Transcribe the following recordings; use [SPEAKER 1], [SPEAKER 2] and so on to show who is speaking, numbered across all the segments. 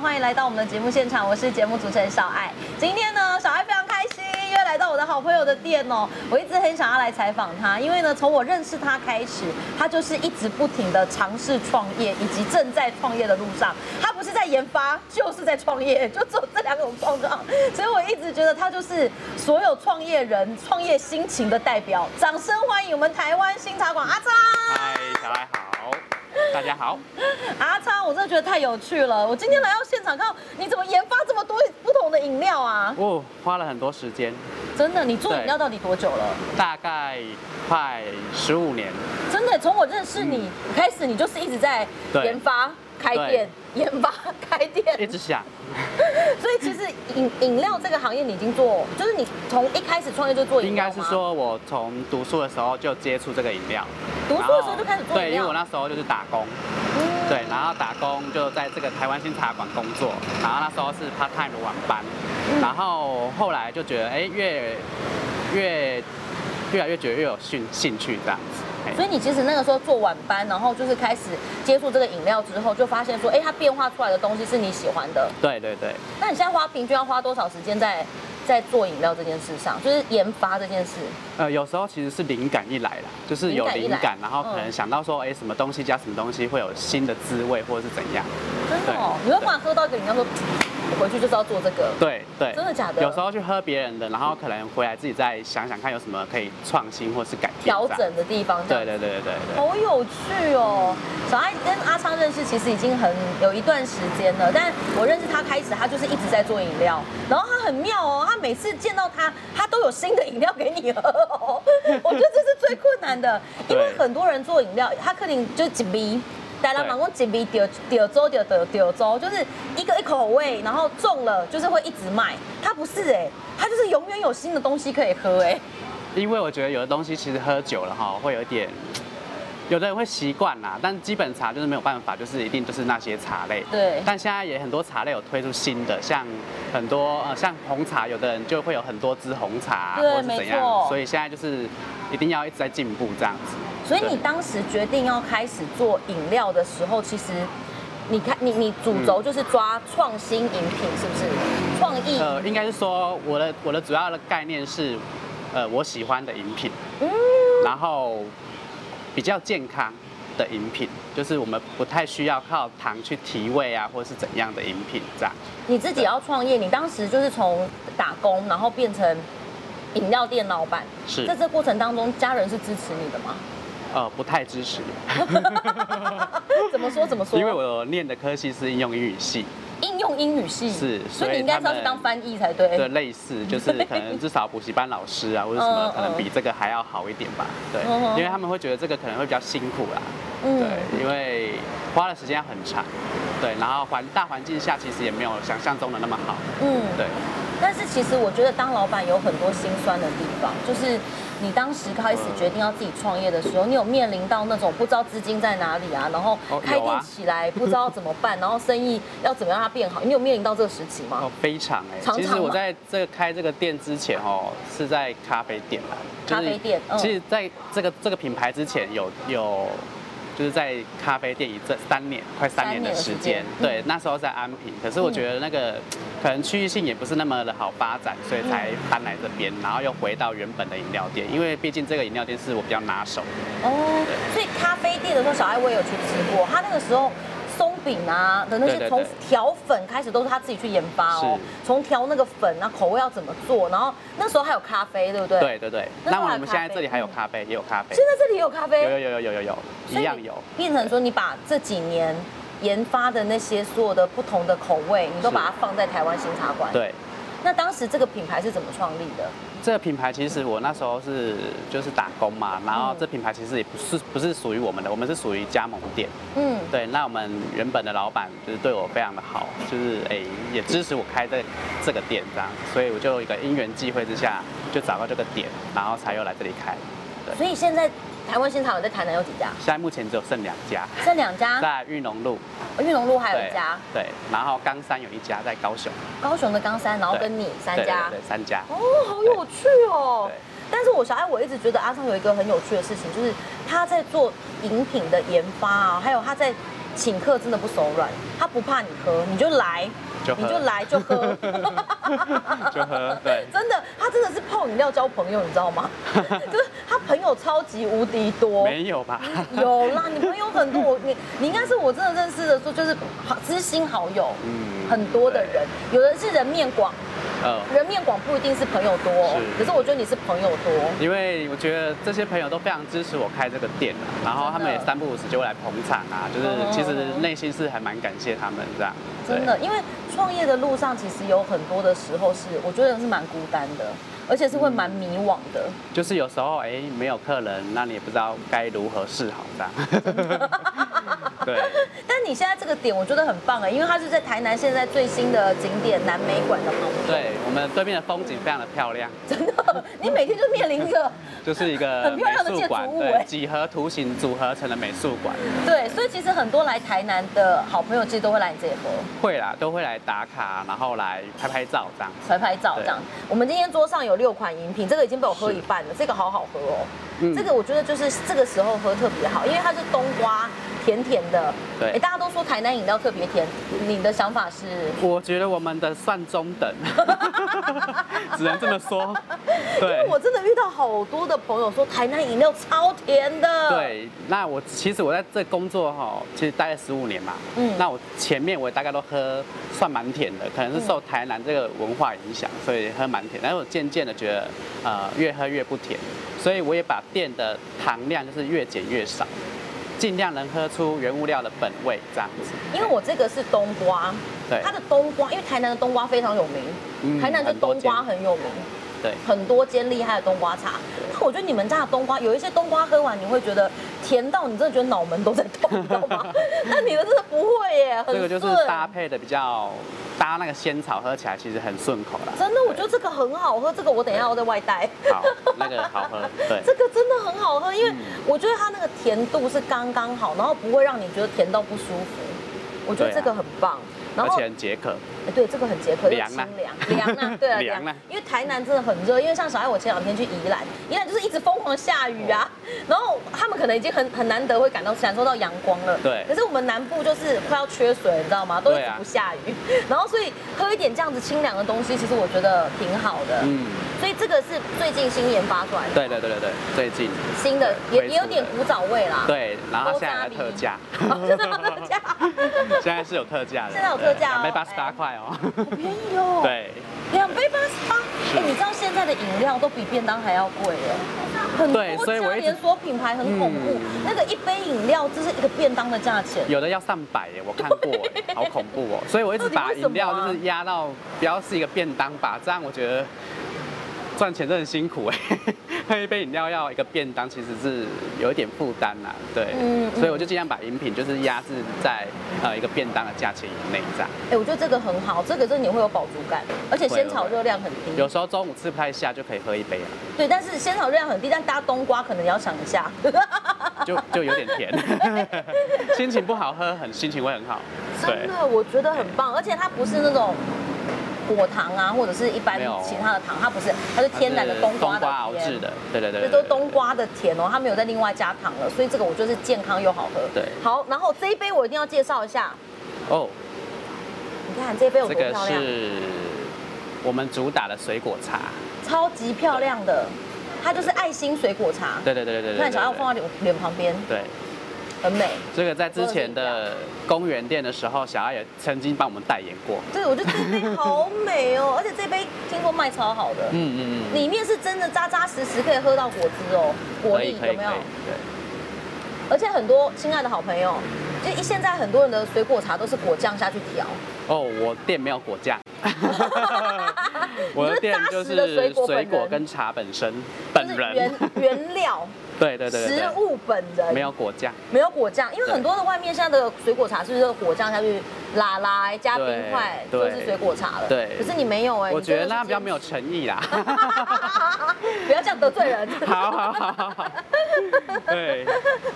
[SPEAKER 1] 欢迎来到我们的节目现场，我是节目主持人小爱。今天呢，小爱非常开心，因为来到我的好朋友的店哦，我一直很想要来采访他，因为呢，从我认识他开始，他就是一直不停的尝试创业，以及正在创业的路上。他不是在研发，就是在创业，就做这两种状况。所以我一直觉得他就是所有创业人创业心情的代表。掌声欢迎我们台湾新茶馆阿张。
[SPEAKER 2] 嗨，小爱好，大家好。
[SPEAKER 1] 阿昌，我真的觉得太有趣了。我今天来到现场，看到你怎么研发这么多不同的饮料啊？
[SPEAKER 2] 我哦花了很多时间，
[SPEAKER 1] 真的，你做饮料到底多久了？
[SPEAKER 2] 大概快十五年。
[SPEAKER 1] 真的，从我认识你开始，你就是一直在
[SPEAKER 2] 嗯对
[SPEAKER 1] 研发、开店、研发、 开
[SPEAKER 2] 一
[SPEAKER 1] 店。
[SPEAKER 2] 直想，
[SPEAKER 1] 所以其实饮饮料这个行业，你已经做，就是你从一开始创业就做饮
[SPEAKER 2] 应
[SPEAKER 1] 料
[SPEAKER 2] 该
[SPEAKER 1] 吗
[SPEAKER 2] 是说我从读书的时候就接触这个饮料，
[SPEAKER 1] 读书的时候就开始做饮
[SPEAKER 2] 啊对，因为
[SPEAKER 1] 料。
[SPEAKER 2] 我那时候就是打工，
[SPEAKER 1] 嗯
[SPEAKER 2] 对，然后打工就在这个台湾新茶馆工作，然后那时候是 part time 的晚班，
[SPEAKER 1] 嗯
[SPEAKER 2] 然后后来就觉得哎、越越越来越觉得越有兴兴趣这样子，哎
[SPEAKER 1] 所以你其实那个时候做晚班，然后就是开始接触这个饮料之后，就发现说，哎，它变化出来的东西是你喜欢的。
[SPEAKER 2] 对对对。
[SPEAKER 1] 那你现在花平均要花多少时间在在做饮料这件事上，就是研发这件事？
[SPEAKER 2] 呃，有时候其实是灵感一来啦，就是有
[SPEAKER 1] 灵感
[SPEAKER 2] 灵
[SPEAKER 1] 一来
[SPEAKER 2] 感，然后可能
[SPEAKER 1] 嗯
[SPEAKER 2] 想到说，哎、什么东西加什么东西会有新的滋味，或者是怎样。
[SPEAKER 1] 真的哦，
[SPEAKER 2] 对
[SPEAKER 1] 你会突然喝到一个饮料说，我回去就是要做这个。
[SPEAKER 2] 对对，
[SPEAKER 1] 真的假的
[SPEAKER 2] 有时候去喝别人的，然后可能回来自己再想想看有什么可以创新或是改变
[SPEAKER 1] 调
[SPEAKER 2] 这样。
[SPEAKER 1] 整的地方，这样
[SPEAKER 2] 对。对对对对对。
[SPEAKER 1] 好有趣哦！小爱跟阿昌认识其实已经很有一段时间了，但我认识他开始，他就是一直在做饮料，然后他很妙哦，他每次见到他，他都有新的饮料给你喝哦。 我觉得这是最困难的，因为
[SPEAKER 2] 对
[SPEAKER 1] 很多人做饮料，他可能就是几杯。大家
[SPEAKER 2] 对
[SPEAKER 1] 忙过几杯丢丢粥丢丢丢粥，就是一个一口味，然后中了就是会一直卖。他不是哎、他就是永远有新的东西可以喝哎、
[SPEAKER 2] 因为我觉得有的东西其实喝久了哈，会有一点，有的人会习惯啦，但基本茶就是没有办法，就是一定就是那些茶类。
[SPEAKER 1] 对
[SPEAKER 2] 但现在也很多茶类有推出新的，像很多呃像红茶，有的人就会有很多支红茶啊，
[SPEAKER 1] 对
[SPEAKER 2] 或是怎样
[SPEAKER 1] 没错，
[SPEAKER 2] 所以现在就是一定要一直在进步这样子。
[SPEAKER 1] 所以你
[SPEAKER 2] 对
[SPEAKER 1] 当时决定要开始做饮料的时候，其实你看你你主轴就是抓创新饮品，是不是？创意，
[SPEAKER 2] 呃，应该是说我的我的主要的概念是，呃，我喜欢的饮品，
[SPEAKER 1] 嗯
[SPEAKER 2] 然后比较健康的饮品，就是我们不太需要靠糖去提味啊，或是怎样的饮品这样。
[SPEAKER 1] 你自己要创业，你当时就是从打工，然后变成饮料店老板，
[SPEAKER 2] 是
[SPEAKER 1] 在这过程当中，家人是支持你的吗？
[SPEAKER 2] 呃，不太支持，
[SPEAKER 1] 怎么说怎么说？
[SPEAKER 2] 因为我念的科系是应用英语系，
[SPEAKER 1] 应用英语系
[SPEAKER 2] 是
[SPEAKER 1] 所
[SPEAKER 2] 所
[SPEAKER 1] 以
[SPEAKER 2] 以
[SPEAKER 1] 你应该是要
[SPEAKER 2] 他
[SPEAKER 1] 去
[SPEAKER 2] 们
[SPEAKER 1] 当翻译才对。
[SPEAKER 2] 对，类似就是可能至少补习班老师啊，或者什么
[SPEAKER 1] 嗯，
[SPEAKER 2] 可能比这个还要好一点吧。对
[SPEAKER 1] 嗯嗯，
[SPEAKER 2] 因为他们会觉得这个可能会比较辛苦啦。
[SPEAKER 1] 嗯
[SPEAKER 2] 对，因为花的时间很长，对，然后环大环境下其实也没有想象中的那么好，
[SPEAKER 1] 嗯
[SPEAKER 2] 对，
[SPEAKER 1] 但是其实我觉得当老板有很多心酸的地方，就是你当时开始决定要自己创业的时候，你有面临到那种不知道资金在哪里啊，然后
[SPEAKER 2] 哦
[SPEAKER 1] 开
[SPEAKER 2] 有
[SPEAKER 1] 店
[SPEAKER 2] 啊
[SPEAKER 1] 起来不知道怎么办，然后生意要怎么样让它变好，你有面临到这个时期吗
[SPEAKER 2] 哦？，非常哎、
[SPEAKER 1] 常常
[SPEAKER 2] 其实我
[SPEAKER 1] 吗
[SPEAKER 2] 在这个开这个店之前哦，是在咖啡店啦，就是
[SPEAKER 1] 咖啡店嗯
[SPEAKER 2] 其实在这个这个品牌之前有有。就是在咖啡店一阵三年，快三
[SPEAKER 1] 三
[SPEAKER 2] 年的
[SPEAKER 1] 年的
[SPEAKER 2] 时
[SPEAKER 1] 时间嗯
[SPEAKER 2] 间，对，那时候在安平，可是我觉得那个可能区域性也不是那么的好发展，所以才搬来这边，然后又回到原本的饮料店，因为毕竟这个饮料店是我比较拿手的。
[SPEAKER 1] 哦，所以咖啡店的时候，小艾我也有去吃过，他那个时候。松饼啊的那
[SPEAKER 2] 对
[SPEAKER 1] 些
[SPEAKER 2] 对
[SPEAKER 1] 从
[SPEAKER 2] 对
[SPEAKER 1] 调粉开始都是他自己去研发哦，
[SPEAKER 2] 是
[SPEAKER 1] 从调那个粉啊口味要怎么做，然后那时候还有咖啡，对不对？。
[SPEAKER 2] 对对对，
[SPEAKER 1] 那
[SPEAKER 2] 那
[SPEAKER 1] 后来
[SPEAKER 2] 我们现在
[SPEAKER 1] 咖啡
[SPEAKER 2] 这里还有咖啡，也有咖啡
[SPEAKER 1] 现，在这里也有咖啡，
[SPEAKER 2] 有有有有有有有，
[SPEAKER 1] 所以
[SPEAKER 2] 一样有。
[SPEAKER 1] 变成说，你把这几年研发的那些所有的不同的口味，你都
[SPEAKER 2] 是
[SPEAKER 1] 把它放在台湾新茶馆。。
[SPEAKER 2] 对，
[SPEAKER 1] 那当时这个品牌是怎么创立的？
[SPEAKER 2] 这个品牌其实我那时候是就是打工嘛，然
[SPEAKER 1] 嗯
[SPEAKER 2] 后这品牌其实也不是不是属于我们的，我们是属于加盟店。
[SPEAKER 1] 嗯，
[SPEAKER 2] 对，那我们原本的老板就是对我非常的好，就是诶、也支持我开这这个店这样，所以我就有一个因缘际会之下就找到这个点，然后才又来这里开。对
[SPEAKER 1] 所以现在台湾新茶馆在台南有几家？
[SPEAKER 2] 现在目前只有剩两家，
[SPEAKER 1] 剩两家，
[SPEAKER 2] 在玉农路，
[SPEAKER 1] 玉龙路啊还有
[SPEAKER 2] 对
[SPEAKER 1] 一家，
[SPEAKER 2] 对，然后冈山有一家在高雄，
[SPEAKER 1] 高雄的冈山，然后哦跟你三
[SPEAKER 2] 对
[SPEAKER 1] 家
[SPEAKER 2] 对。对三家。
[SPEAKER 1] 哦，好有趣哦
[SPEAKER 2] 对。
[SPEAKER 1] 但是我小爱，我一直觉得阿昌有一个很有趣的事情，就是他在做饮品的研发啊，还有他在请客真的不手软，他不怕你喝，你就来，
[SPEAKER 2] 就喝
[SPEAKER 1] 你就来就喝，
[SPEAKER 2] 就喝对
[SPEAKER 1] 真的，他真的是泡饮料交朋友，你知道 吗？就是他朋友超级无敌多，
[SPEAKER 2] 没有吧？
[SPEAKER 1] 有啦，你朋友很多，我你你应该是我真的认识的，说就是好知心好友，
[SPEAKER 2] 嗯
[SPEAKER 1] 很多的人，有的是人面广，
[SPEAKER 2] 呃，
[SPEAKER 1] 人面广不一定是朋友多哦，可
[SPEAKER 2] 是
[SPEAKER 1] 是我觉得你是朋友多，
[SPEAKER 2] 因为我觉得这些朋友都非常支持我开这个店啊，然后他们也三不五时就会来捧场啊，就是
[SPEAKER 1] 嗯
[SPEAKER 2] 其实内心是还蛮感谢他们这样。对
[SPEAKER 1] 真的，因为创业的路上其实有很多的时候是，我觉得是蛮孤单的，而且是会蛮迷惘的。
[SPEAKER 2] 就是有时候哎、没有客人，那你也不知道该如何是好这 样。对，
[SPEAKER 1] 但你现在这个点我觉得很棒哎，因为它是在台南现在最新的景点南美馆的旁边，
[SPEAKER 2] 对我们对面的风景非常的漂亮，
[SPEAKER 1] 真的，你每天就面临一个。
[SPEAKER 2] 就是一个
[SPEAKER 1] 很
[SPEAKER 2] 美
[SPEAKER 1] 漂亮的
[SPEAKER 2] 术
[SPEAKER 1] 建筑
[SPEAKER 2] 馆，
[SPEAKER 1] 物哎
[SPEAKER 2] 对，几何图形组合成的美术馆，
[SPEAKER 1] 对，所以其实很多来台南的好朋友，其实都会来你这里喝，
[SPEAKER 2] 会啦，都会来打卡，然后来拍拍照这样。
[SPEAKER 1] 拍拍照这样。我们今天桌上有六款饮品，这个已经被我喝一半了，这个好好喝哦。
[SPEAKER 2] 嗯
[SPEAKER 1] 这个我觉得就是这个时候喝特别好，因为它是冬瓜，甜甜的。
[SPEAKER 2] 对
[SPEAKER 1] 诶大家都说台南饮料特别甜，你的想法是？
[SPEAKER 2] 我觉得我们的算中 等，只能这么说。
[SPEAKER 1] 因为
[SPEAKER 2] 对，
[SPEAKER 1] 我真的遇到好多的朋友说台南饮料超甜的。，
[SPEAKER 2] 对，那我其实我在这工作哈、其实待了十五年嘛。
[SPEAKER 1] 嗯
[SPEAKER 2] 嗯，那我前面我大概都喝算蛮甜的，可能是受台南这个文化影响，所以喝蛮甜。但是我渐渐的觉得，呃，越喝越不甜，所以我也把店的糖量就是越减越少，尽量能喝出原物料的本味这样子。
[SPEAKER 1] 因为我这个是冬瓜，
[SPEAKER 2] 对
[SPEAKER 1] 它的冬瓜，因为台南的冬瓜非常有名，
[SPEAKER 2] 嗯
[SPEAKER 1] 台南的
[SPEAKER 2] 很多
[SPEAKER 1] 冬瓜
[SPEAKER 2] 间
[SPEAKER 1] 很有名。
[SPEAKER 2] 对，
[SPEAKER 1] 很多间厉害的冬瓜茶。那我觉得你们家的冬瓜有一些冬瓜喝完，你会觉得甜到你真的觉得脑门都在痛， 你知道 吗？那你的真的不会耶，很
[SPEAKER 2] 这个
[SPEAKER 1] 顺。
[SPEAKER 2] 就是搭配的比较搭那个仙草，喝起来其实很顺口啦。
[SPEAKER 1] 真的，我觉得这个很好喝，这个我等一下要在外带。
[SPEAKER 2] 好，那个好喝，对。 嗯
[SPEAKER 1] 这个真的很好喝，因为我觉得它那个甜度是刚刚好，然后不会让你觉得甜到不舒服。我觉得
[SPEAKER 2] 对啊
[SPEAKER 1] 这个很棒，然
[SPEAKER 2] 而
[SPEAKER 1] 后
[SPEAKER 2] 且很解渴，
[SPEAKER 1] 哎对，这个很解渴，又
[SPEAKER 2] 凉
[SPEAKER 1] 清
[SPEAKER 2] 啊
[SPEAKER 1] 凉，凉啊， 对啊，
[SPEAKER 2] 凉
[SPEAKER 1] 凉
[SPEAKER 2] 啊。
[SPEAKER 1] 因为台南真的很热，因为像小爱，我前两天去宜兰，宜兰就是一直疯狂下雨啊， 然后他们可能已经很很难得会感到感受到阳光了，
[SPEAKER 2] 对
[SPEAKER 1] 可是我们南部就是快要缺水，你知道吗？都一
[SPEAKER 2] 对
[SPEAKER 1] 直
[SPEAKER 2] 啊
[SPEAKER 1] 不下雨，然后所以喝一点这样子清凉的东西，其实我觉得挺好的。
[SPEAKER 2] 嗯，
[SPEAKER 1] 所以这个是最近新研发出来的，
[SPEAKER 2] 对对对对对，最近
[SPEAKER 1] 新的也
[SPEAKER 2] 推出
[SPEAKER 1] 也有点古早味啦。
[SPEAKER 2] 对，然后
[SPEAKER 1] 勾
[SPEAKER 2] 它现在
[SPEAKER 1] 扎
[SPEAKER 2] 还
[SPEAKER 1] 梨
[SPEAKER 2] 特价，
[SPEAKER 1] 哦，真的特价，
[SPEAKER 2] 现在是有特价的，
[SPEAKER 1] 现在有特价哦
[SPEAKER 2] 对两杯八十八块哦。
[SPEAKER 1] 好便宜哦。。
[SPEAKER 2] 对，
[SPEAKER 1] 两杯八十八，哎，你知道现在的饮料都比便当还要贵哎，很
[SPEAKER 2] 对
[SPEAKER 1] 多
[SPEAKER 2] 所以
[SPEAKER 1] 家
[SPEAKER 2] 我一直
[SPEAKER 1] 连锁品牌很恐怖
[SPEAKER 2] 嗯，
[SPEAKER 1] 那个一杯饮料就是一个便当的价钱。
[SPEAKER 2] 有的要上百耶，我看过耶，好恐怖哦。所以我一直
[SPEAKER 1] 到
[SPEAKER 2] 把
[SPEAKER 1] 底为什么啊
[SPEAKER 2] 饮料就是压到不要是一个便当吧，这样我觉得赚钱真的很辛 苦哎。喝一杯饮料要一个便当，其实是有一点负担啦。对
[SPEAKER 1] 嗯嗯，
[SPEAKER 2] 所以我就尽量把饮品就是压制在呃一个便当的价钱以内这样。
[SPEAKER 1] 哎，我觉得这个很好，这个真的你会有饱足感，而且仙草热量很低
[SPEAKER 2] 有。时候中午吃不太下就可以喝一杯啊，
[SPEAKER 1] 对，但是仙草热量很低，但搭冬瓜可能也要想一下。
[SPEAKER 2] 啊就就有点甜。心情不好喝很心情会很好，
[SPEAKER 1] 真
[SPEAKER 2] 对，
[SPEAKER 1] 的，我觉得很棒，而且它不是那种。果糖啊，或者是一般
[SPEAKER 2] 没有
[SPEAKER 1] 其他的糖，它不是，它是天然的冬瓜
[SPEAKER 2] 冬瓜熬
[SPEAKER 1] 的
[SPEAKER 2] 制
[SPEAKER 1] 甜，
[SPEAKER 2] 的，对对对
[SPEAKER 1] 这
[SPEAKER 2] 对，
[SPEAKER 1] 都
[SPEAKER 2] 对
[SPEAKER 1] 冬瓜的甜哦，它没有再另外加糖了，所以这个我就是健康又好喝。
[SPEAKER 2] 对
[SPEAKER 1] 好，然后这一杯我一定要介绍一下，
[SPEAKER 2] 哦，
[SPEAKER 1] 你看这一杯有
[SPEAKER 2] 这
[SPEAKER 1] 多
[SPEAKER 2] 个
[SPEAKER 1] 漂亮，
[SPEAKER 2] 是我们主打的水果茶，
[SPEAKER 1] 超级漂亮的，它就是爱心水果茶。
[SPEAKER 2] 对对对对对
[SPEAKER 1] 你
[SPEAKER 2] 对，
[SPEAKER 1] 看，小爱我
[SPEAKER 2] 对
[SPEAKER 1] 放到脸脸旁边，
[SPEAKER 2] 对。
[SPEAKER 1] 很美。
[SPEAKER 2] 这个在之前的公园店的时候，小爱也曾经帮我们代言过。
[SPEAKER 1] 对，我觉得这杯好美哦，而且这杯听说卖超好的，
[SPEAKER 2] 嗯嗯嗯，
[SPEAKER 1] 里面是真的扎扎实实可以喝到果汁哦，果
[SPEAKER 2] 可以
[SPEAKER 1] 粒
[SPEAKER 2] 可以
[SPEAKER 1] 有
[SPEAKER 2] 可
[SPEAKER 1] 没
[SPEAKER 2] 以
[SPEAKER 1] 有？，
[SPEAKER 2] 对，
[SPEAKER 1] 而且很多亲爱的好朋友，就一现在很多人的水果茶都是果酱下去调，
[SPEAKER 2] 哦，我店没有果 酱。我
[SPEAKER 1] 你就是
[SPEAKER 2] 的店
[SPEAKER 1] 扎
[SPEAKER 2] 就
[SPEAKER 1] 实的水
[SPEAKER 2] 是
[SPEAKER 1] 果本
[SPEAKER 2] 水果
[SPEAKER 1] 人
[SPEAKER 2] 跟茶本身
[SPEAKER 1] 就
[SPEAKER 2] 本
[SPEAKER 1] 是
[SPEAKER 2] 人，
[SPEAKER 1] 原原料。
[SPEAKER 2] 对对对
[SPEAKER 1] 食
[SPEAKER 2] 对对，
[SPEAKER 1] 物本人
[SPEAKER 2] 没有果酱，
[SPEAKER 1] 没有果酱，因为
[SPEAKER 2] 对
[SPEAKER 1] 很多的外面现在的水果茶是不是果酱下去拉拉加冰块
[SPEAKER 2] 对
[SPEAKER 1] 就
[SPEAKER 2] 对
[SPEAKER 1] 是水果茶了？
[SPEAKER 2] 对
[SPEAKER 1] 可是你没有哎，
[SPEAKER 2] 我觉得那
[SPEAKER 1] 比
[SPEAKER 2] 比较没有诚意啦。
[SPEAKER 1] 不要这想得罪人。
[SPEAKER 2] 好好好好好，对，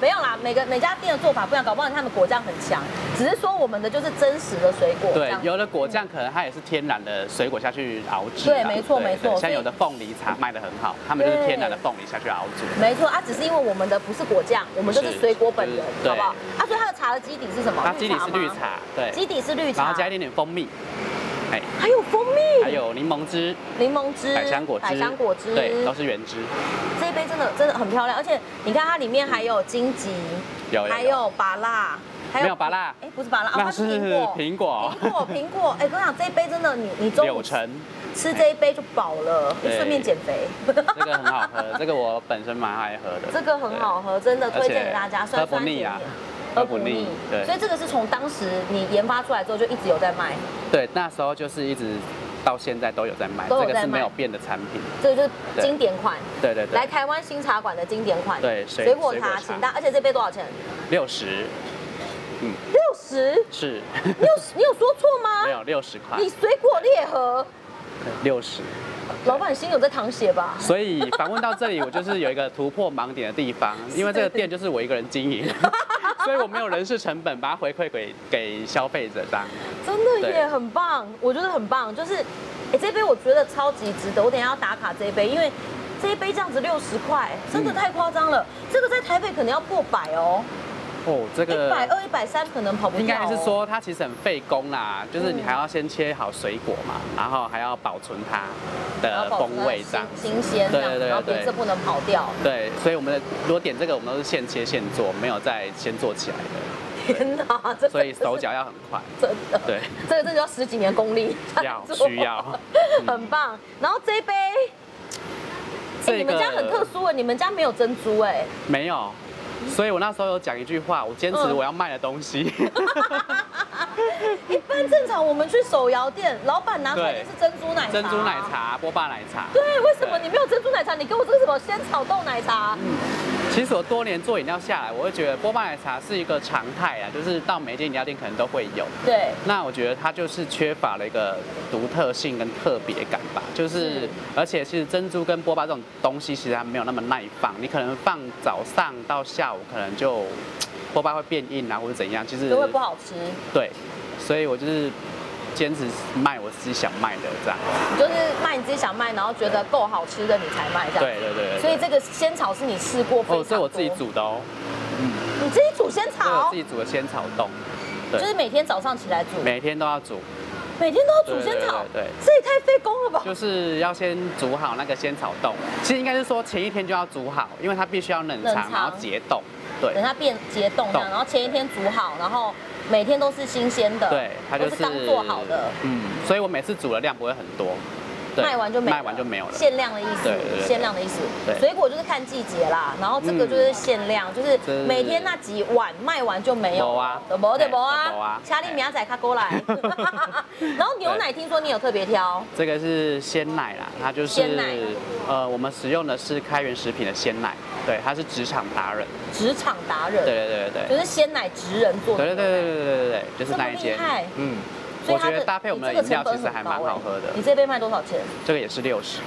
[SPEAKER 1] 没有啦，每个每家店的做法不一样，搞不好他们果酱很强，只是说我们的就是真实的水果。这
[SPEAKER 2] 对
[SPEAKER 1] 样，子
[SPEAKER 2] 有的果酱可能它也是天然的水果下去熬制
[SPEAKER 1] 对
[SPEAKER 2] 的。
[SPEAKER 1] 没错没错所
[SPEAKER 2] 像
[SPEAKER 1] 以
[SPEAKER 2] 有的凤梨茶卖的很好，他们就是
[SPEAKER 1] 对
[SPEAKER 2] 天然的凤梨下去熬煮。
[SPEAKER 1] 没错啊，只是因为我们的不是果酱，我们就是
[SPEAKER 2] 是
[SPEAKER 1] 水果本人，
[SPEAKER 2] 对
[SPEAKER 1] 好不好？啊，所以它的茶的基底是什么？
[SPEAKER 2] 它基底是绿
[SPEAKER 1] 吗，
[SPEAKER 2] 茶，对，
[SPEAKER 1] 基底是绿
[SPEAKER 2] 然
[SPEAKER 1] 茶，
[SPEAKER 2] 后加一点点蜂蜜，哎，
[SPEAKER 1] 还有蜂蜜，
[SPEAKER 2] 还有柠檬汁、
[SPEAKER 1] 柠檬汁、
[SPEAKER 2] 百香果汁、
[SPEAKER 1] 百香果汁，
[SPEAKER 2] 对，都是原汁。
[SPEAKER 1] 这一杯真的真的很漂亮，而且你看它里面还有荆棘，
[SPEAKER 2] 有有
[SPEAKER 1] 还有芭辣，还
[SPEAKER 2] 没有芭乐
[SPEAKER 1] 哎，不是芭辣，哦它
[SPEAKER 2] 那
[SPEAKER 1] 是
[SPEAKER 2] 是
[SPEAKER 1] 苹果，
[SPEAKER 2] 苹果
[SPEAKER 1] 苹果，苹 果，哎，跟我讲这一杯真的，你你中
[SPEAKER 2] 柳
[SPEAKER 1] 午
[SPEAKER 2] 橙，
[SPEAKER 1] 吃这一杯就饱了，你
[SPEAKER 2] 对
[SPEAKER 1] 顺便减肥，
[SPEAKER 2] 这个很好喝，这个我本身蛮爱喝的。
[SPEAKER 1] 这个很好喝，真的
[SPEAKER 2] 对，
[SPEAKER 1] 推荐给大家，
[SPEAKER 2] 而且喝
[SPEAKER 1] 酸
[SPEAKER 2] 不
[SPEAKER 1] 酸甜
[SPEAKER 2] 腻
[SPEAKER 1] 甜
[SPEAKER 2] 啊。，喝不腻。
[SPEAKER 1] 所
[SPEAKER 2] 对
[SPEAKER 1] 以这个是从当时你研发出来之后就一直有在卖，
[SPEAKER 2] 对，那时候就是一直到现在都有在卖，
[SPEAKER 1] 都有
[SPEAKER 2] 这个
[SPEAKER 1] 在
[SPEAKER 2] 是
[SPEAKER 1] 卖
[SPEAKER 2] 没有变的产品。
[SPEAKER 1] 这个就是
[SPEAKER 2] 对
[SPEAKER 1] 经典款，
[SPEAKER 2] 对对对
[SPEAKER 1] 来，台湾新茶馆的经典款，
[SPEAKER 2] 对水
[SPEAKER 1] 水果
[SPEAKER 2] 水果
[SPEAKER 1] 茶，
[SPEAKER 2] 茶
[SPEAKER 1] 请大，而且这杯多少钱？
[SPEAKER 2] 六十
[SPEAKER 1] 六十，
[SPEAKER 2] 是
[SPEAKER 1] 六十，你有说错吗？
[SPEAKER 2] 没有六十块
[SPEAKER 1] 啊你，水果猎盒，
[SPEAKER 2] 六十。
[SPEAKER 1] 老板心有在淌血吧？
[SPEAKER 2] 所以访问到这里，我就是有一个突破盲点的地方，因为这个店就是我一个人经营， 所以我没有人事成本把它回馈给给消费者这样。
[SPEAKER 1] 真的
[SPEAKER 2] 对
[SPEAKER 1] 耶，很棒，我觉得很棒。就是，哎，这杯我觉得超级值得，我等一下要打卡这一杯，因为这一杯这样子六十块，真的
[SPEAKER 2] 嗯
[SPEAKER 1] 太夸张了。这个在台北可能要破百哦，
[SPEAKER 2] 哦，这
[SPEAKER 1] 一
[SPEAKER 2] 个
[SPEAKER 1] 百二、一百三可能跑不掉、哦
[SPEAKER 2] 应该是，说它其实很费工啦，就是你还要先切好水果嘛，然后还要保存它
[SPEAKER 1] 然后嗯
[SPEAKER 2] 的
[SPEAKER 1] 保
[SPEAKER 2] 风
[SPEAKER 1] 存得
[SPEAKER 2] 味这样。
[SPEAKER 1] 新新鲜这
[SPEAKER 2] 对
[SPEAKER 1] 样子，
[SPEAKER 2] 对对
[SPEAKER 1] 然后
[SPEAKER 2] 对
[SPEAKER 1] 颜色不能跑掉。
[SPEAKER 2] 对，所以我们的如果点这个，我们都是现切现做，没有再先做起来 的，
[SPEAKER 1] 天哪，这
[SPEAKER 2] 所以手脚要很快。
[SPEAKER 1] 真的，
[SPEAKER 2] 对，
[SPEAKER 1] 这个真的要十几年功力，
[SPEAKER 2] 要
[SPEAKER 1] 做
[SPEAKER 2] 需要，
[SPEAKER 1] 很棒。然后这一杯。哎、
[SPEAKER 2] 这
[SPEAKER 1] 你们家很特殊哎，你们家没有珍珠哎，
[SPEAKER 2] 没有。所以我那时候有讲一句话，我坚持
[SPEAKER 1] 嗯
[SPEAKER 2] 我要卖的东西。
[SPEAKER 1] 一般正常我们去手摇店，老板拿出来
[SPEAKER 2] 对
[SPEAKER 1] 的是珍珠奶茶。
[SPEAKER 2] 珍珠奶。茶、波霸奶茶。
[SPEAKER 1] 对，为什么
[SPEAKER 2] 对
[SPEAKER 1] 你没有珍珠奶茶？你给我这个什么鲜草豆奶茶？
[SPEAKER 2] 其实我多年做饮料下来，我会觉得波霸奶茶是一个常态啊，就是到每间饮料店可能都会有。
[SPEAKER 1] 对，
[SPEAKER 2] 那我觉得它就是缺乏了一个独特性跟特别感吧，就是
[SPEAKER 1] 是
[SPEAKER 2] 而且其实珍珠跟波霸这种东西，其实它没有那么耐放，你可能放早上到下午，可能就波霸会变硬啊，或者怎样，其实
[SPEAKER 1] 都会不好吃。
[SPEAKER 2] 对，所以我就是坚持卖我自己想卖的这样，
[SPEAKER 1] 你就是卖你自己想卖，然后觉得够好吃的你才卖这样。
[SPEAKER 2] 对对对对
[SPEAKER 1] 所以这
[SPEAKER 2] 对。
[SPEAKER 1] 个仙草是你试过非常
[SPEAKER 2] 哦，这我自己
[SPEAKER 1] 多，
[SPEAKER 2] 煮的哦，
[SPEAKER 1] 你自己煮仙
[SPEAKER 2] 这我
[SPEAKER 1] 草
[SPEAKER 2] 自，己煮的仙草冻，对
[SPEAKER 1] 就是每天早上起来煮，
[SPEAKER 2] 每天都要煮，
[SPEAKER 1] 每天都要煮仙草，
[SPEAKER 2] 对对对对
[SPEAKER 1] 这也太费工了吧？
[SPEAKER 2] 就是要先煮好那个仙草冻。其实应该是说前一天就要煮好，因为它必须要冷藏，
[SPEAKER 1] 冷藏
[SPEAKER 2] 然后解冻。对
[SPEAKER 1] 等，它变结冻这样，
[SPEAKER 2] 冻
[SPEAKER 1] 然后前一天煮好，然后每天都是新鲜的，
[SPEAKER 2] 对，它就
[SPEAKER 1] 都是刚做好的，
[SPEAKER 2] 嗯，所以我每次煮的量不会很多，对
[SPEAKER 1] 卖完就没了
[SPEAKER 2] 卖完就没有了。
[SPEAKER 1] 限量的意思，
[SPEAKER 2] 对对对
[SPEAKER 1] 限量的意思。
[SPEAKER 2] 对嗯
[SPEAKER 1] 水果就是看季节啦，然后这个就是限量，就是
[SPEAKER 2] 这是
[SPEAKER 1] 每天那几碗卖完就没有
[SPEAKER 2] 没啊
[SPEAKER 1] 了，无得
[SPEAKER 2] 哎
[SPEAKER 1] 无
[SPEAKER 2] 没
[SPEAKER 1] 啊
[SPEAKER 2] 啊，
[SPEAKER 1] 掐你明仔卡过来。 然后牛奶听说你有特别挑，
[SPEAKER 2] 这个是鲜奶啦，它就
[SPEAKER 1] 鲜
[SPEAKER 2] 是
[SPEAKER 1] 奶
[SPEAKER 2] 呃，我们使用的是开源食品的鲜奶，对，它是职场达人，
[SPEAKER 1] 职场达人，
[SPEAKER 2] 对对对对
[SPEAKER 1] 就
[SPEAKER 2] 对。
[SPEAKER 1] 是鲜奶职人做的
[SPEAKER 2] 对
[SPEAKER 1] 牛
[SPEAKER 2] 对对
[SPEAKER 1] 奶，
[SPEAKER 2] 对对对对对，就是
[SPEAKER 1] 这么
[SPEAKER 2] 那一间
[SPEAKER 1] 厉害，
[SPEAKER 2] 嗯，
[SPEAKER 1] 所以
[SPEAKER 2] 我
[SPEAKER 1] 它
[SPEAKER 2] 觉
[SPEAKER 1] 的
[SPEAKER 2] 得搭配我们
[SPEAKER 1] 你
[SPEAKER 2] 的
[SPEAKER 1] 这
[SPEAKER 2] 饮
[SPEAKER 1] 个成
[SPEAKER 2] 料
[SPEAKER 1] 本
[SPEAKER 2] 其实还蛮
[SPEAKER 1] 很高哎
[SPEAKER 2] 好喝的
[SPEAKER 1] 你，这杯卖多少钱？
[SPEAKER 2] 这个也是六十，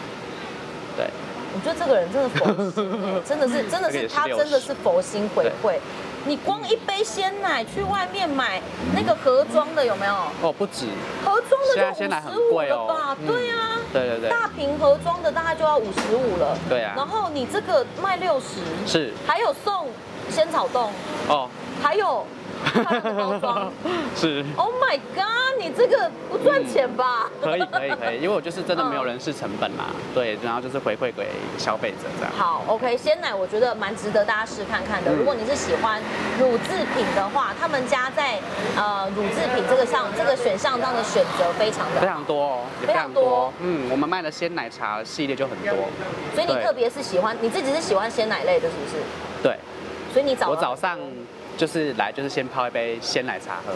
[SPEAKER 2] 对，
[SPEAKER 1] 我觉得这个人真的佛 心，真的是真的
[SPEAKER 2] 这个
[SPEAKER 1] 是
[SPEAKER 2] 也是
[SPEAKER 1] 他
[SPEAKER 2] 六
[SPEAKER 1] 真
[SPEAKER 2] 十嗯
[SPEAKER 1] 的是佛心回馈。你光一杯鲜奶去外面买那个盒装的有没有？
[SPEAKER 2] 哦不止，
[SPEAKER 1] 盒装的
[SPEAKER 2] 现在
[SPEAKER 1] 就
[SPEAKER 2] 鲜奶很
[SPEAKER 1] 五十五
[SPEAKER 2] 贵
[SPEAKER 1] 了
[SPEAKER 2] 哦
[SPEAKER 1] 吧？
[SPEAKER 2] 嗯
[SPEAKER 1] 对啊，
[SPEAKER 2] 对对对，
[SPEAKER 1] 大瓶盒装的大概就要五十五了。
[SPEAKER 2] 对啊
[SPEAKER 1] 然后你这个卖六十，
[SPEAKER 2] 是
[SPEAKER 1] 还有送仙草冻，
[SPEAKER 2] 哦，
[SPEAKER 1] 还有它那个包 装。
[SPEAKER 2] 是
[SPEAKER 1] Oh my god！你这个不赚钱吧？
[SPEAKER 2] 可以可以可以，因为我就是真的没有人事成本啦，对，然后就是回馈给消费者这样。
[SPEAKER 1] 好，OK，鲜奶我觉得蛮值得大家试看看的。
[SPEAKER 2] 嗯
[SPEAKER 1] 如果你是喜欢乳制品的话，他们家在呃乳制品这个上这个选项上的选择非常
[SPEAKER 2] 非
[SPEAKER 1] 的好，
[SPEAKER 2] 常多哦，也
[SPEAKER 1] 非
[SPEAKER 2] 非
[SPEAKER 1] 常
[SPEAKER 2] 常
[SPEAKER 1] 多
[SPEAKER 2] 多。嗯，我们卖的鲜奶茶系列就很多。
[SPEAKER 1] 所以你
[SPEAKER 2] 对
[SPEAKER 1] 特别是喜欢你自己是喜欢鲜奶类的，是不是？
[SPEAKER 2] 对，
[SPEAKER 1] 所以你早
[SPEAKER 2] 我早上就是来就是先泡一杯鲜奶茶喝，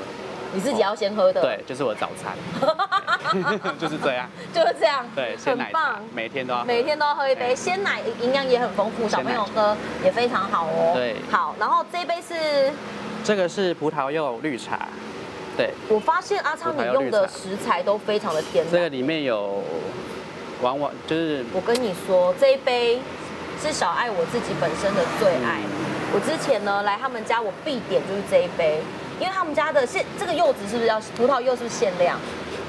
[SPEAKER 1] 你自己要先喝的，，
[SPEAKER 2] 对，就是我的早餐，对 就是这样。
[SPEAKER 1] 就是这样，
[SPEAKER 2] 对，鲜
[SPEAKER 1] 很
[SPEAKER 2] 奶茶
[SPEAKER 1] 棒。
[SPEAKER 2] 每天都要喝，
[SPEAKER 1] 每天都要喝一杯
[SPEAKER 2] 哎
[SPEAKER 1] 鲜奶，营养也很丰富，小朋友喝也非常好哦。
[SPEAKER 2] 对
[SPEAKER 1] 好，然后这一杯是
[SPEAKER 2] 这个是葡萄柚绿茶，对，
[SPEAKER 1] 我发现阿昌
[SPEAKER 2] 葡萄
[SPEAKER 1] 你
[SPEAKER 2] 柚
[SPEAKER 1] 用的
[SPEAKER 2] 绿茶
[SPEAKER 1] 食材都非常的天然
[SPEAKER 2] 这个里面有往往就是
[SPEAKER 1] 我跟你说，这一杯是小爱我自己本身的最爱。我之前呢来他们家，我必点就是这一杯，因为他们家的是这个柚子是不是要葡萄柚是不是限量？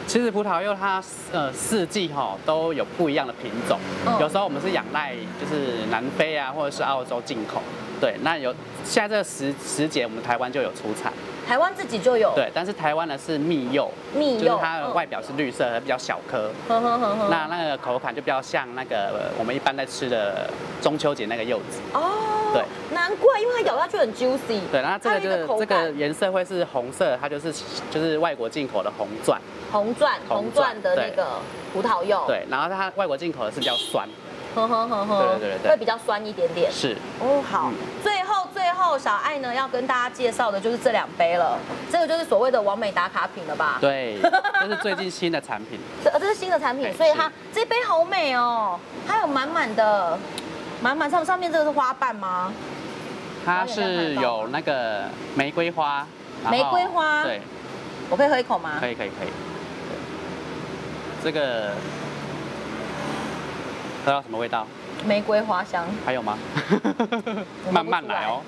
[SPEAKER 2] 其实葡萄柚它呃四季哈、都有不一样的品种，
[SPEAKER 1] 嗯
[SPEAKER 2] 有时候我们是仰赖就是南非啊或者是澳洲进口，对，那有现在这个时时节我们台湾就有出产，
[SPEAKER 1] 台湾自己就有，
[SPEAKER 2] 对，但是台湾的是蜜柚，
[SPEAKER 1] 蜜柚
[SPEAKER 2] 就是它的
[SPEAKER 1] 嗯
[SPEAKER 2] 外表是绿色，比较小颗，
[SPEAKER 1] 呵呵呵呵，
[SPEAKER 2] 那那个口感就比较像那个呃我们一般在吃的中秋节那个柚子，
[SPEAKER 1] 哦，
[SPEAKER 2] 对，
[SPEAKER 1] 难怪，因为它咬下去很 juicy，
[SPEAKER 2] 对，然后这
[SPEAKER 1] 它
[SPEAKER 2] 个
[SPEAKER 1] 有
[SPEAKER 2] 就
[SPEAKER 1] 一个
[SPEAKER 2] 是
[SPEAKER 1] 口
[SPEAKER 2] 这个
[SPEAKER 1] 感，
[SPEAKER 2] 颜色会是红色，它就是就是外国进口的红钻，
[SPEAKER 1] 红钻红
[SPEAKER 2] 红
[SPEAKER 1] 钻
[SPEAKER 2] 钻
[SPEAKER 1] 的那个葡萄柚，，
[SPEAKER 2] 对，然后它外国进口的是比较酸，
[SPEAKER 1] 呵呵呵呵，
[SPEAKER 2] 对对对对对
[SPEAKER 1] 会比较酸一点点。
[SPEAKER 2] 是
[SPEAKER 1] 哦，好
[SPEAKER 2] 嗯，
[SPEAKER 1] 最后最后小爱呢要跟大家介绍的就是这两杯了，这个就是所谓的完美打卡品了吧？
[SPEAKER 2] 对，这是最近新的产品，
[SPEAKER 1] 这呃这是新的产品，
[SPEAKER 2] 哎
[SPEAKER 1] 所以它
[SPEAKER 2] 是
[SPEAKER 1] 这杯好美哦，它有满满的，满满上上面这个是花瓣吗？
[SPEAKER 2] 它是有那个玫瑰花，然后
[SPEAKER 1] 玫瑰花
[SPEAKER 2] 对，
[SPEAKER 1] 我可以喝一口吗
[SPEAKER 2] 可？以可以可以，对这个喝到什么味道？
[SPEAKER 1] 玫瑰花香，？
[SPEAKER 2] 还有吗 慢慢来哦，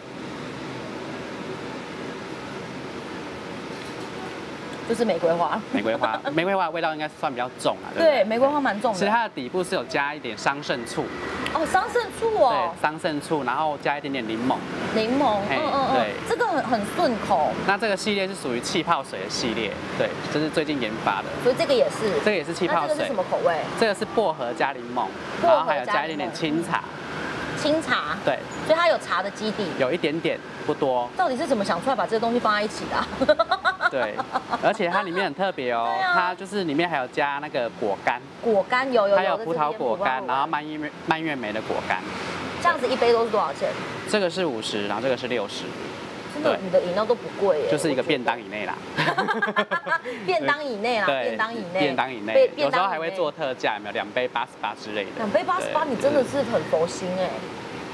[SPEAKER 1] 就是玫瑰花。
[SPEAKER 2] 玫瑰 花，玫瑰花的味道应该算比较重啊，对不
[SPEAKER 1] 对，玫瑰花蛮重
[SPEAKER 2] 其实
[SPEAKER 1] 的。
[SPEAKER 2] 它的底部是有加一点桑葚醋，
[SPEAKER 1] 哦，桑葚醋哦
[SPEAKER 2] 对，，桑葚醋，然后加一点点柠檬。
[SPEAKER 1] 柠檬，嗯
[SPEAKER 2] 嘿
[SPEAKER 1] 嗯嗯
[SPEAKER 2] 对，
[SPEAKER 1] 这个很很顺口，
[SPEAKER 2] 那这个系列是属于气泡水的系列，对，这是最近研发的，
[SPEAKER 1] 所以这个也是。
[SPEAKER 2] 这个也是气
[SPEAKER 1] 那
[SPEAKER 2] 泡
[SPEAKER 1] 这个
[SPEAKER 2] 水
[SPEAKER 1] 是什。么口味？
[SPEAKER 2] 这个是薄荷加柠檬，
[SPEAKER 1] 薄荷加柠檬
[SPEAKER 2] 然后还有加一点点清茶，
[SPEAKER 1] 清茶，
[SPEAKER 2] 对，
[SPEAKER 1] 所以它有茶的基底。
[SPEAKER 2] 有一点点 不多，
[SPEAKER 1] 到底是怎么想出来把这些东西放在一起的、啊？
[SPEAKER 2] 对，而且它里面很特别哦
[SPEAKER 1] 对啊，
[SPEAKER 2] 它就是里面还有加那个果干，
[SPEAKER 1] 果干有有
[SPEAKER 2] 还有
[SPEAKER 1] 的
[SPEAKER 2] 葡
[SPEAKER 1] 这
[SPEAKER 2] 萄
[SPEAKER 1] 边
[SPEAKER 2] 果干，
[SPEAKER 1] 葡萄
[SPEAKER 2] 然后蔓越莓蔓越莓的果干，
[SPEAKER 1] 这样子一杯都是多少钱？
[SPEAKER 2] 这个是五十，然后这个是六十，
[SPEAKER 1] 真的，
[SPEAKER 2] 对
[SPEAKER 1] 你的饮料都不贵耶，
[SPEAKER 2] 就是一个便当
[SPEAKER 1] 我
[SPEAKER 2] 以内啦。
[SPEAKER 1] 觉得。 便当以内啦，
[SPEAKER 2] 对，
[SPEAKER 1] 便当以内，
[SPEAKER 2] 便当以
[SPEAKER 1] 被
[SPEAKER 2] 内，
[SPEAKER 1] 便
[SPEAKER 2] 有时
[SPEAKER 1] 当
[SPEAKER 2] 候还会
[SPEAKER 1] 以内
[SPEAKER 2] 做特价，有没有两杯八十八之类的？
[SPEAKER 1] 两杯八十八，
[SPEAKER 2] 对
[SPEAKER 1] 你真的是很佛心哎，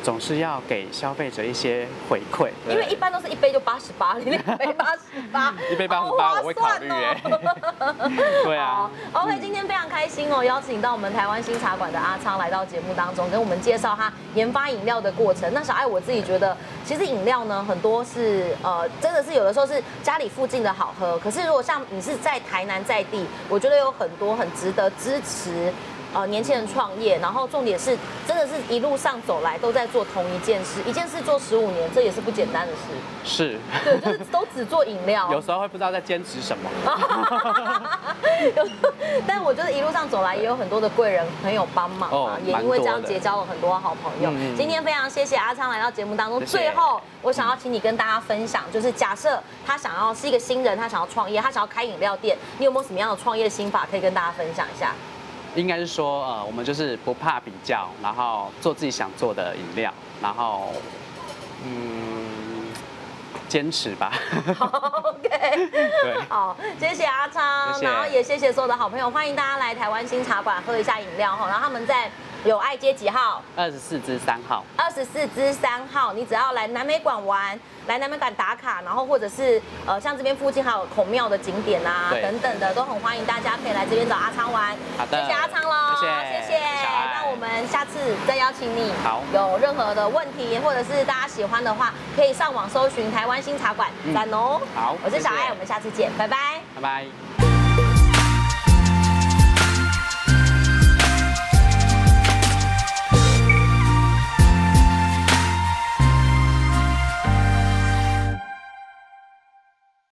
[SPEAKER 2] 总是要给消费者一些回馈，对
[SPEAKER 1] 因为一般都是一杯就八十八，你两杯八十八，
[SPEAKER 2] 一杯88
[SPEAKER 1] 好划
[SPEAKER 2] 我会考虑
[SPEAKER 1] 算哦
[SPEAKER 2] 对啊
[SPEAKER 1] 好，OK，今天非常开心哦，邀请到我们台湾新茶馆的阿昌来到节目当中，跟我们介绍他研发饮料的过程。那小爱我自己觉得，其实饮料呢很多是呃，真的是有的时候是家里附近的好喝，可是如果像你是在台南在地，我觉得有很多很值得支持。呃，年轻人创业，然后重点是，真的是一路上走来都在做同一件事，一件事做十五年，这也是不简单的事。
[SPEAKER 2] 嗯是，
[SPEAKER 1] 对，就是都只做饮料。
[SPEAKER 2] 有时候会不知道在坚持什么。
[SPEAKER 1] 哦有 但我觉得一路上走来也有很多的贵人朋友帮忙啊
[SPEAKER 2] 哦，
[SPEAKER 1] 也因为这样结交了很多好朋友
[SPEAKER 2] 嗯。嗯
[SPEAKER 1] 今天非常谢谢阿昌来到节目当中。
[SPEAKER 2] 谢谢
[SPEAKER 1] 最后，我想要请你跟大家分享，就是假设他想要是一个新人，他想要创业，他想要开饮料店，你有没有什么样的创业心法可以跟大家分享一 下？
[SPEAKER 2] 应该是说，呃，我们就是不怕比较，然后做自己想做的饮料，然后，嗯，坚持 吧。
[SPEAKER 1] OK，
[SPEAKER 2] 对
[SPEAKER 1] 好，谢谢阿昌，
[SPEAKER 2] 谢谢
[SPEAKER 1] 然后也谢谢所有的好朋友，欢迎大家来台湾新茶馆喝一下饮料哈。然后他们在友爱街几号？
[SPEAKER 2] 二十四至三号，
[SPEAKER 1] 二十四之三号，你只要来南美馆玩，来南美馆打卡，然后或者是呃像这边附近还有孔庙的景点啊
[SPEAKER 2] 对
[SPEAKER 1] 等等的，都很欢迎大家可以来这边找阿昌玩。
[SPEAKER 2] 好的
[SPEAKER 1] 谢谢阿昌喽，
[SPEAKER 2] 呃谢谢
[SPEAKER 1] 谢谢
[SPEAKER 2] 小爱
[SPEAKER 1] 那我们下次再邀请你。
[SPEAKER 2] 好
[SPEAKER 1] 有任何的问题或者是大家喜欢的话，可以上网搜寻台湾新茶馆，
[SPEAKER 2] 嗯
[SPEAKER 1] 赞哦。
[SPEAKER 2] 好
[SPEAKER 1] 我是小爱，
[SPEAKER 2] 谢谢
[SPEAKER 1] 我们下次见，拜拜。
[SPEAKER 2] 拜拜。